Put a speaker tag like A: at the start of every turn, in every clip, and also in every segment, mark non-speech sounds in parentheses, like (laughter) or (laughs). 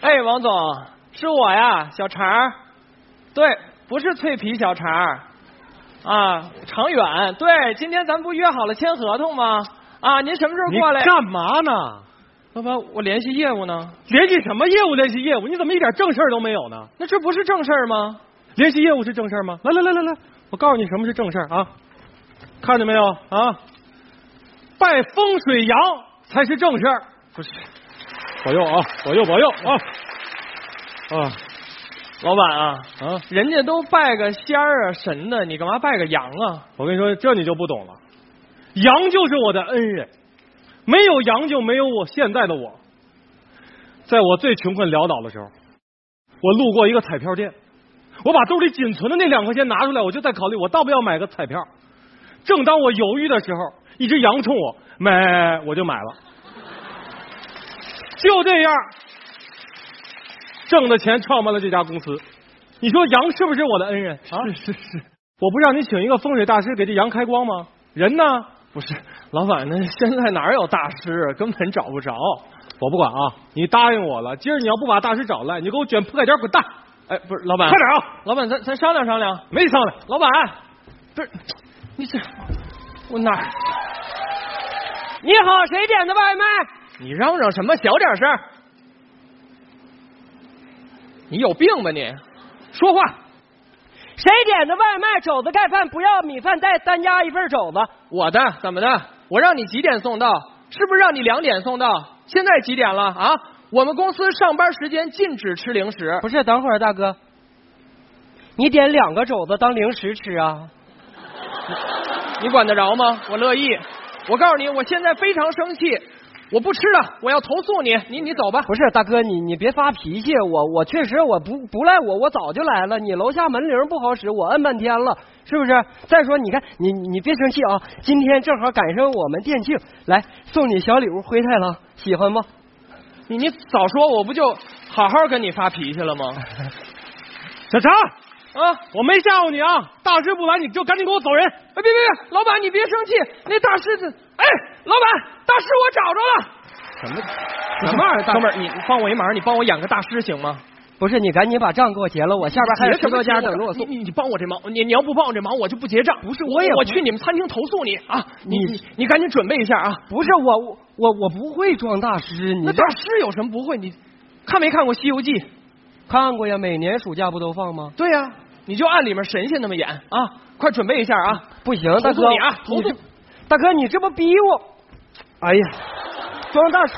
A: 哎，王总，是我呀，小常儿。对，不是脆皮小肠儿啊，长远。对，今天咱不约好了签合同吗？啊，您什么时候
B: 你
A: 过来？
B: 干嘛呢？
A: 老板，我联系业务呢。
B: 联系什么业务？联系业务？你怎么一点正事儿都没有呢？
A: 那这不是正事儿吗？
B: 联系业务是正事儿吗？来来来来来，我告诉你什么是正事儿啊！看见没有啊？拜风水羊才是正事儿，不是？保佑啊！保佑保佑啊！啊
A: 老板啊，
B: 啊！
A: 人家都拜个仙儿啊、神的，你干嘛拜个羊啊？
B: 我跟你说，这你就不懂了。羊就是我的恩人，没有羊就没有我现在的我。在我最穷困潦倒的时候，我路过一个彩票店，我把兜里仅存的那两块钱拿出来，我就在考虑我到不要买个彩票。正当我犹豫的时候，一只羊冲我买，我就买了。就这样，挣的钱创办了这家公司。你说羊是不是我的恩人啊？
A: 是是，
B: 我不让你请一个风水大师给这羊开光吗？人呢？
A: 不是老板？那现在哪儿有大师，啊根本找不着。
B: 我不管啊！你答应我了，今儿你要不把大师找来，你就给我卷铺盖卷滚蛋！
A: 哎，不是老板，
B: 快点啊！
A: 老板，咱咱商量商量。
B: 没商量，
A: 老板，不是你这我哪儿？你好，谁点的外卖？你嚷嚷什么？小点声！你有病吧你？说话！
C: 谁点的外卖？肘子盖饭不要，米饭带单压一份肘子。
A: 我的怎么的？我让你几点送到？是不是让你两点送到？现在几点了啊？我们公司上班时间禁止吃零食。
C: 不是，等会儿大哥，你点两个肘子当零食吃啊？
A: 你管得着吗？我乐意。我告诉你，我现在非常生气，我不吃了，我要投诉你。你你走吧。
C: 不是，大哥，你你别发脾气，我我确实我不不赖我，我早就来了。你楼下门铃不好使，我摁半天了，是不是？再说，你看你你你别生气啊，今天正好赶上我们店庆，来送你小礼物灰太狼，喜欢不？
A: 你你早说，我不就好好跟你发脾气了吗？
B: 小常，
A: 啊！
B: 我没吓唬你啊！大师不来，你就赶紧给我走人！
A: 哎，别别别，老板你别生气，那大师子，哎，老板，大师我找着了。什么什么玩意儿？哥们儿，你帮我一忙，你帮我演个大师行吗？
C: 不是，你赶紧把账给我结了，我下边还有
A: 别
C: 十
A: 什么
C: 多
A: 急
C: 家等着我
A: 你
C: 送。
A: 你你帮我这忙，你你要不帮我这忙，我就不结账。不是，我
C: 我也
A: 我
C: 不
A: 去你们餐厅投诉你啊！你
C: 你
A: 你你赶紧准备一下啊！
C: 不是我我我我不会装大师，你
A: 那
C: 这
A: 大师有什么不会？你看没看过《西游记》？
C: 看过呀，每年暑假不都放吗？
A: 对呀、你就按里面神仙那么演啊！快准备一下啊！
C: 不行，
A: 投
C: 大
A: 诉
C: 哥
A: 你啊！投
C: 你
A: 诉
C: 这！大哥，你这不逼我？哎呀，装大师！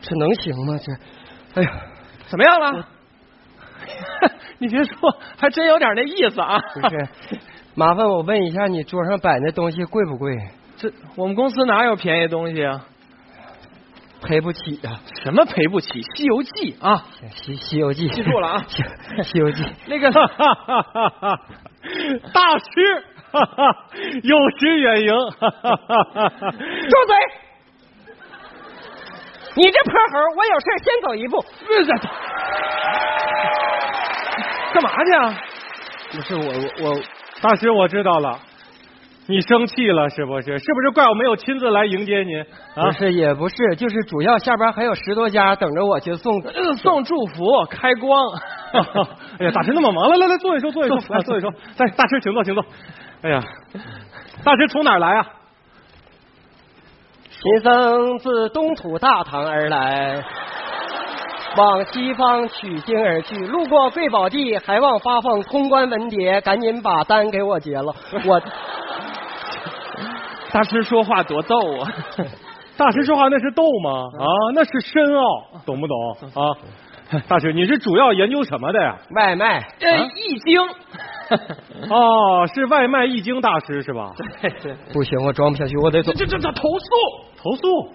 C: 这能行吗？这，哎呀，
A: 怎么样了？ (laughs) 你别说，还真有点那意思啊！
C: 不是，麻烦我问一下，你桌上摆那东西贵不贵？
A: (laughs) 这我们公司哪有便宜东西啊？
C: 赔不起啊！
A: 什么赔不起？《西游记》啊，
C: 西西游记，
A: 记住了啊
C: 西 (laughs) 西游记，
A: (laughs) 那个
B: 哈哈哈哈哈！大师，哈哈，有失远迎，哈哈哈哈！
C: 住嘴！你这泼猴，我有事先走一步。
A: 不是干嘛去啊？
C: 不是我我我，
B: 大师，我知道了，你生气了是不是？是不是怪我没有亲自来迎接您啊
C: 不？是也不是，就是主要下边还有十多家等着我去送。
A: 呃送祝福，开光。
B: 哎呀，大师那么忙，来来来，坐一坐，坐一坐，来坐一坐。来，大师请坐，请坐。哎呀，大师从哪儿来啊？
C: 贫僧自东土大唐而来，往西方取经而去，路过贵宝地，还望发放通关文牒，赶紧把单给我结了。我
A: 大师说话多逗啊！
B: (laughs)
A: 嗯
B: 大师说话那是逗吗？啊，那是深奥，懂不 (laughs) 懂啊？大师，你是主要研究什么的呀？
C: 外卖，
A: 呃，易经，
B: 哦，是外卖易经大师是吧？
A: 对对，
C: 不行，我装不下去，我得走
A: 这。这这这投诉，
B: 投诉。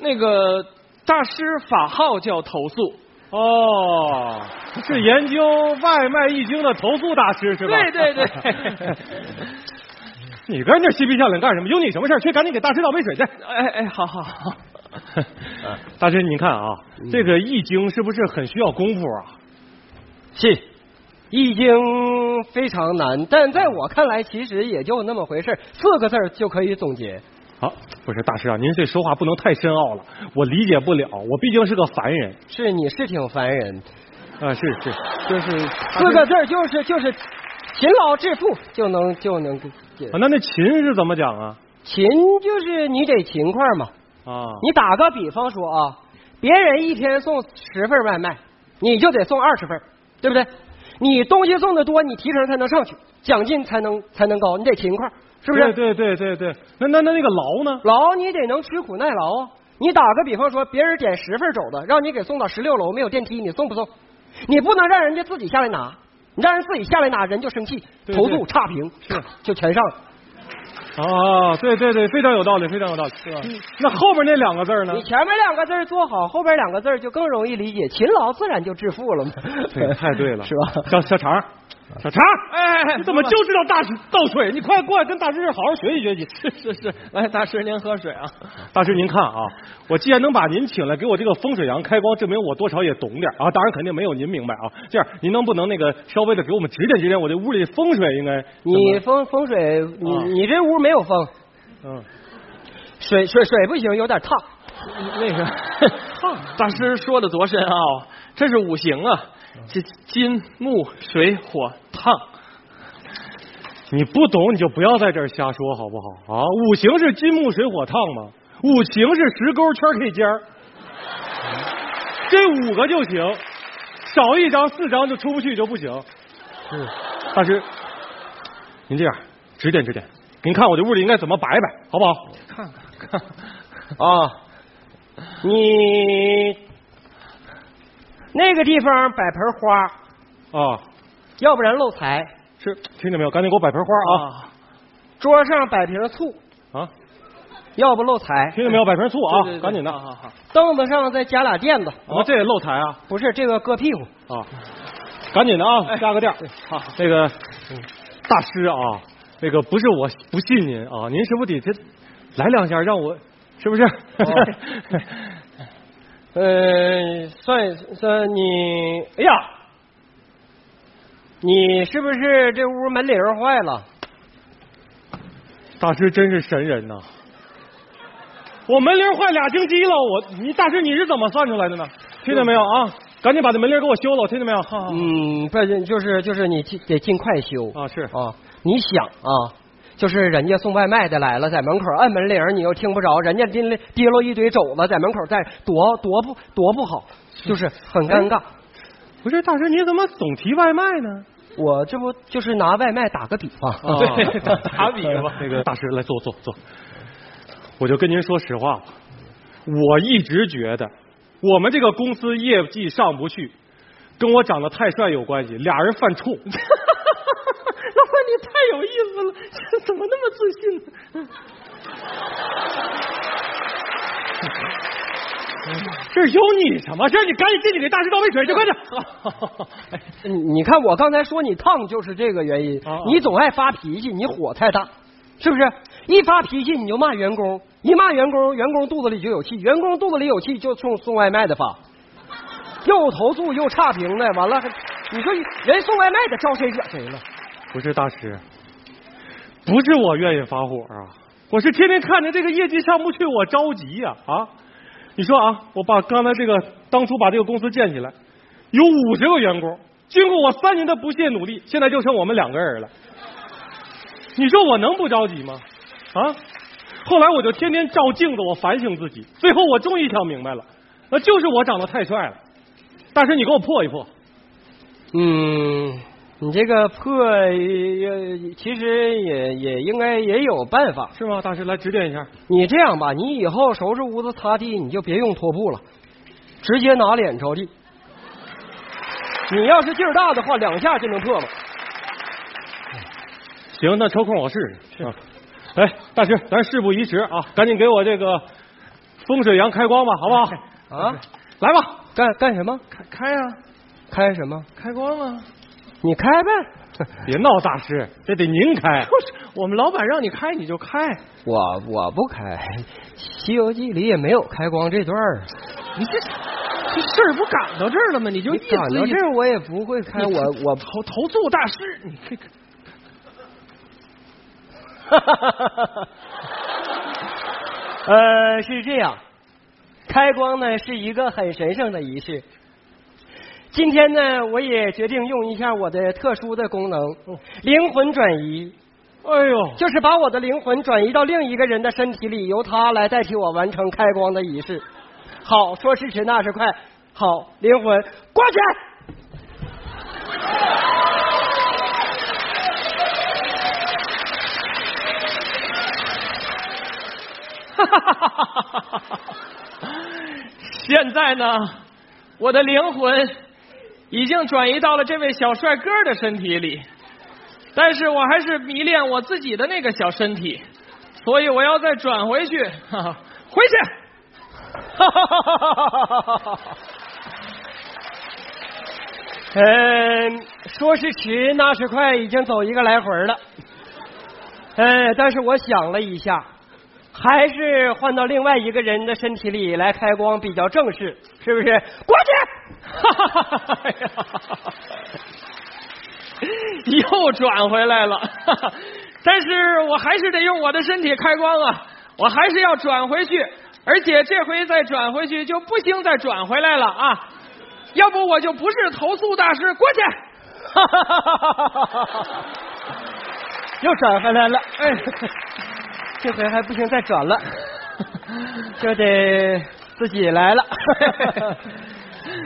A: 那个大师法号叫投诉，
B: 哦，是研究外卖易经的投诉大师是吧？
A: 对对对，
B: (laughs) 你跟这嬉皮笑脸干什么？有你什么事儿去赶紧给大师倒杯水去。
A: 哎哎，好好好，
B: (laughs) 大师，你看啊，这个易经是不是很需要功夫啊？
C: 是，易经非常难，但在我看来，其实也就那么回事儿，四个字儿就可以总结。
B: 好、不是大师啊，您这说话不能太深奥了，我理解不了，我毕竟是个凡人
C: 是，你是挺烦人，
B: 啊、是是，
C: 就是四个字儿就是就是勤劳致富就能就能解
B: 啊。那那秦是怎么讲啊？
C: 勤就是你得勤快嘛。
B: 啊，
C: 你打个比方说啊，别人一天送十份外卖，你就得送二十份，对不对？你东西送的多，你提成才能上去，奖金才能才能高，你得勤快，是不是？
B: 对对对对对，那那那那个劳呢？
C: 劳你得能吃苦耐劳啊！你打个比方说，别人点十份肘子，让你给送到十六楼，没有电梯，你送不送？你不能让人家自己下来拿，你让人自己下来拿，人就生气，
B: 对
C: 投
B: 对
C: 诉差评，
B: 是
C: 就全上了。
B: 啊，对对对，非常有道理，非常有道理。是吧？
A: 嗯
B: 那后边那两个字儿呢？
C: 你前面两个字儿做好，后边两个字儿就更容易理解，勤劳自然就致富了嘛。
B: 对，太对了，
C: (laughs)
B: 啊
C: 是吧？
B: 小小常儿，小常儿，
A: 哎哎哎，
B: 你怎么就知道大师倒水？你快过来跟大师好好学习学习。
A: 是是是，来大师您喝水啊，
B: 大师您看啊，我既然能把您请来给我这个风水阳开光，证明我多少也懂点儿啊。当然肯定没有您明白啊。这样，您能不能那个稍微的给我们指点指点，我这屋里风水应该怎么
C: 你风风水，你、
B: 啊
C: 你这屋没有风，
B: 嗯
C: 水水水不行，有点烫。
A: 那
B: (laughs)
A: 个大师说的多深奥、啊，这是五行啊，
B: 嗯
A: 这金木水火烫，
B: 你不懂你就不要在这儿瞎说好不好啊？五行是金木水火烫嘛，五行是十勾圈 K
A: (laughs)
B: 尖儿，这五个就行，少一张四张就出不去就不行。大师，您这样指点指点，您看我这屋里应该怎么摆摆，好不好？
A: 看看看，
B: (laughs)
C: 啊，你那个地方摆盆花，
B: 啊，
C: 要不然漏财。
B: 是听见没有？赶紧给我摆盆花
A: 啊，
C: 桌上摆瓶醋，
B: 啊啊！
C: 要不漏财。
B: 听见没有？摆瓶醋啊，
C: 哎
A: 对对对
B: 赶紧的。
A: 好好好，
C: 凳子上再加俩垫子，
B: 啊，这也露台啊
C: 不是这个硌屁股。
B: 啊，赶紧的
C: 哎
B: 啊，加个垫儿。
A: 好好
B: 那个嗯大师啊，那个不是我不信您啊，您是不是得这来两下让我是不是？
C: 哦
B: (laughs)
C: 呃，算算你，哎呀， (laughs) 你是不是这屋门铃儿坏了？
B: 大师真是神人呐！我门铃坏俩星期了，我你大师你是怎么算出来的呢？听见没有啊？赶紧把这门铃给我修了，听见没有？好好
A: 哦
B: 好
C: 嗯，不是，就是就是你尽得尽快修
B: 啊是
C: 啊，你想啊，就是人家送外卖的来了，在门口按门铃儿，你又听不着，人家跌了跌落一堆肘子，在门口在多多不多不好，就是很尴
A: 哎
C: 尬。
B: 不是大师你怎么总提外卖呢？
C: 我这不就是拿外卖打个比方， (laughs)
A: 啊
B: (laughs)
A: 对打打比吧
B: 那个大师来坐坐坐，我就跟您说实话吧，我一直觉得我们这个公司业绩上不去，跟我长得太帅有关系，俩人犯
A: (laughs)
B: 怵。
A: 老板你太有意思了， (laughs) 这怎么那么自信呢？
B: (laughs) 这有你什么事儿？你赶紧进去给大师倒杯水去，快点！
A: (laughs)
C: 你你看我刚才说你烫就是这个原因
B: 啊啊，
C: 你总爱发脾气，你火太大，是不是？一发脾气你就骂员工，一骂员工，员工肚子里就有气，员工肚子里有气就送送外卖的发，又投诉又差评的，完了还你说人送外卖的招谁惹谁了？
B: 不是大师，不是我愿意发火啊，我是天天看着这个业绩上不去，我着急呀啊你说啊，我把刚才这个当初把这个公司建起来，有五十个员工，经过我三年的不懈努力，现在就剩我们两个人了。 (laughs) 你说我能不着急吗？啊！后来我就天天照镜子，我反省自己，最后我终于想明白了，那就是我长得太帅了。大师，你给我破一破。
C: 嗯，你这个破，呃其实也也应该也有办法。
B: 是吗？大师来指点一下。
C: 你这样吧，你以后收拾屋子、擦地，你就别用拖布了，直接拿脸着地。你要是劲儿大的话，两下就能破了。
B: 行，那抽空我试试。啊哎，大师，咱事不宜迟啊，赶紧给我这个风水羊开光吧，好不好？
A: (laughs)
C: 啊，
B: 来吧，
C: 干干什么？
A: 开开啊，
C: 开什么？
A: 开光啊！
C: 你开呗。
B: 别闹，大师，这得您
A: (laughs)
B: 开。
A: 就是我们老板让你开你就开，
C: (laughs) 我我不开，《西游记》里也没有开光这段儿。啊
A: 你这这事儿不赶到这儿了吗？你就
C: 你
A: 意思
C: 赶到
A: 意
C: 这
A: 思
C: 儿我也不会开，我我
A: 投投诉大师，你这个
C: (laughs) 呃，是这样，开光呢是一个很神圣的仪式。今天呢，我也决定用一下我的特殊的功能——灵魂转移，
B: 哎呦，
C: 就是把我的灵魂转移到另一个人的身体里，由他来代替我完成开光的仪式。好，说时迟，那时快，好，灵魂过去。
A: (laughs) 现在呢，我的灵魂已经转移到了这位小帅哥的身体里，但是我还是迷恋我自己的那个小身体，所以我要再转回去， (laughs) 哈哈，回去。哈哈哈哈哈哈
C: (laughs) 嗯，说时迟，那时快，已经走一个来回了。嗯，但是我想了一下，还是换到另外一个人的身体里来开光比较正式，是不是？过去。 (laughs)
A: 哈哈哈哎呀又转回来了， (laughs) 哈哈但是我还是得用我的身体开光啊，我还是要转回去，而且这回再转回去就不兴再转回来了啊，要不我就不是投诉大师，过去。哈哈哈哈哈哈！
C: (laughs) 又转回来了，哎，这回还不行，再转
A: (laughs)
C: 了，就得自己来
A: (laughs)
C: 了。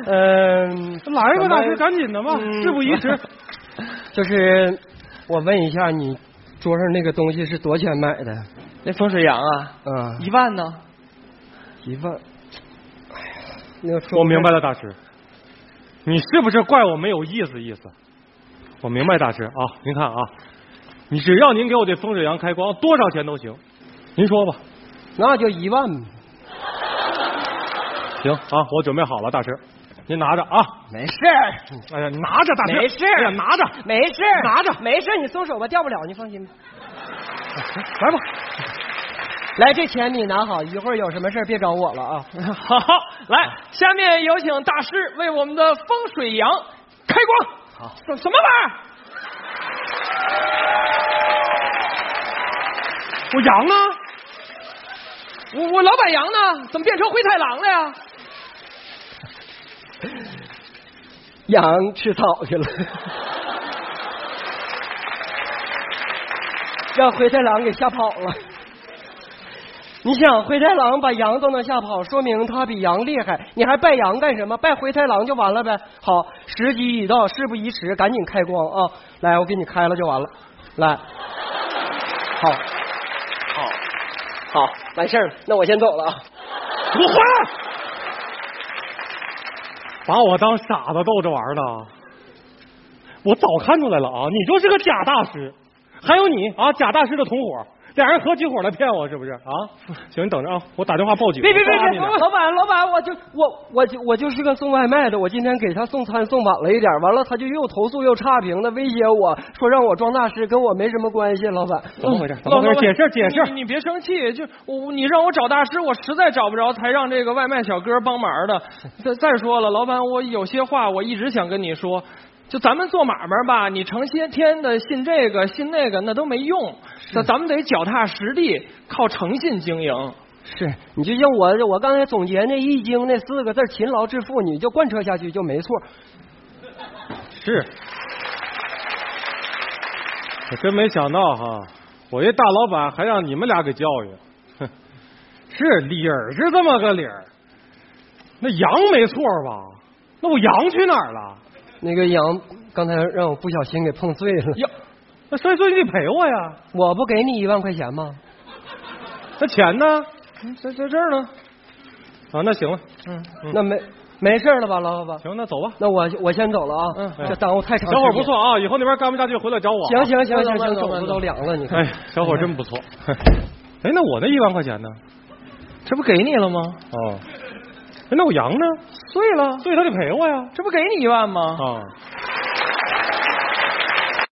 C: 嗯，
B: 来吧，
C: 咱们
B: 大师，赶紧的吧，
C: 嗯
B: 事不宜迟。
C: (laughs) 就是我问一下，你桌上那个东西是多少钱买的？
A: 那风水羊啊，
C: 嗯，
A: 一万呢？
C: 一万。哎哎呀，那个
B: 我明白了，大师，你是不是怪我没有意思意思？我明白，大师啊，您看啊，你只要您给我这风水羊开光，多少钱都行，您说吧。
C: 那就一万吧，
B: 行啊，我准备好了，大师，您拿着啊。
C: 没事，
B: 哎呀，拿着，大师，
C: 嗯没事
B: 哎呀，拿着，
C: 没事，
B: 拿着
C: 没事，你松手吧，掉不了，你放心吧。
B: 来吧。
C: 来，这钱你拿好，一会儿有什么事儿别找我了
B: (laughs)
C: 啊。
A: 好，来，下面有请大师为我们的风水羊开光。好，什什么玩意儿？
B: 我羊啊，
A: 我我老板羊呢？怎么变成灰太狼了呀？
C: (laughs) 羊吃草去了， (laughs) 让灰太狼给吓跑了。你想，灰太狼把羊都能吓跑，说明它比羊厉害。你还拜羊干什么？拜灰太狼就完了呗。好，时机已到，事不宜迟，赶紧开光啊！来，我给你开了就完了。来，好，好，好，完事儿了。那我先走了啊。
B: 我回来，把我当傻子逗着玩儿呢。我早看出来了啊，你就是个假大师，还有你啊，假大师的同伙，俩人合起伙来骗我，是不是啊？行，你等着啊，我打电话报警。
C: 别别别
B: 抓你
C: 别！
B: 呢
C: 老板老板，我就我我就我就是个送外卖的，我今天给他送餐送晚了一点，完了他就又投诉又差评的威胁我说让我装大师，跟我没什么关系。老板，
B: 怎么回事？怎么回事？解释解
A: 你
B: 释。
A: 你别生气，就我你让我找大师，我实在找不着，才让这个外卖小哥帮忙的。再再说了，老板，我有些话我一直想跟你说，就咱们做买卖吧，你成些天的信这个信那个，那都没用。咱咱们得脚踏实地，靠诚信经营。
C: 是 (laughs) 你就像我我刚才总结那《易经》那四个字“勤劳致富”，你就贯彻下去就没错。
B: 是，我真没想到哈，我这大老板还让你们俩给教育，哼，是理儿是这么个理儿，那羊没错吧？那我羊去哪儿了？
C: 那个羊刚才让我不小心给碰碎了，
A: 哟，
B: 那所以说你得赔我呀，
C: 我不给你一万块钱吗？
B: 那钱呢？嗯
A: 在在这儿呢。
B: 啊，那行了，
A: 嗯，
B: 嗯
C: 那没没事儿了吧，老板？
B: 行，那走吧。
C: 那我我先走了啊，
A: 嗯
C: 这耽误太长。
B: 小伙儿不。错啊，以后那边干不下去回来找我。啊
C: 行行行行行，
A: 慢慢走
C: 肘
A: 慢
C: 子
A: 走
C: 都凉了，你看。
B: 哎，小伙儿真不错。 (laughs) 哎，那我那一万块钱呢？
A: 这不给你了吗？
B: 哦，哎，那我羊呢？
A: 碎了，
B: 所以他得赔我呀。
A: 这不给你一万吗？
B: 啊，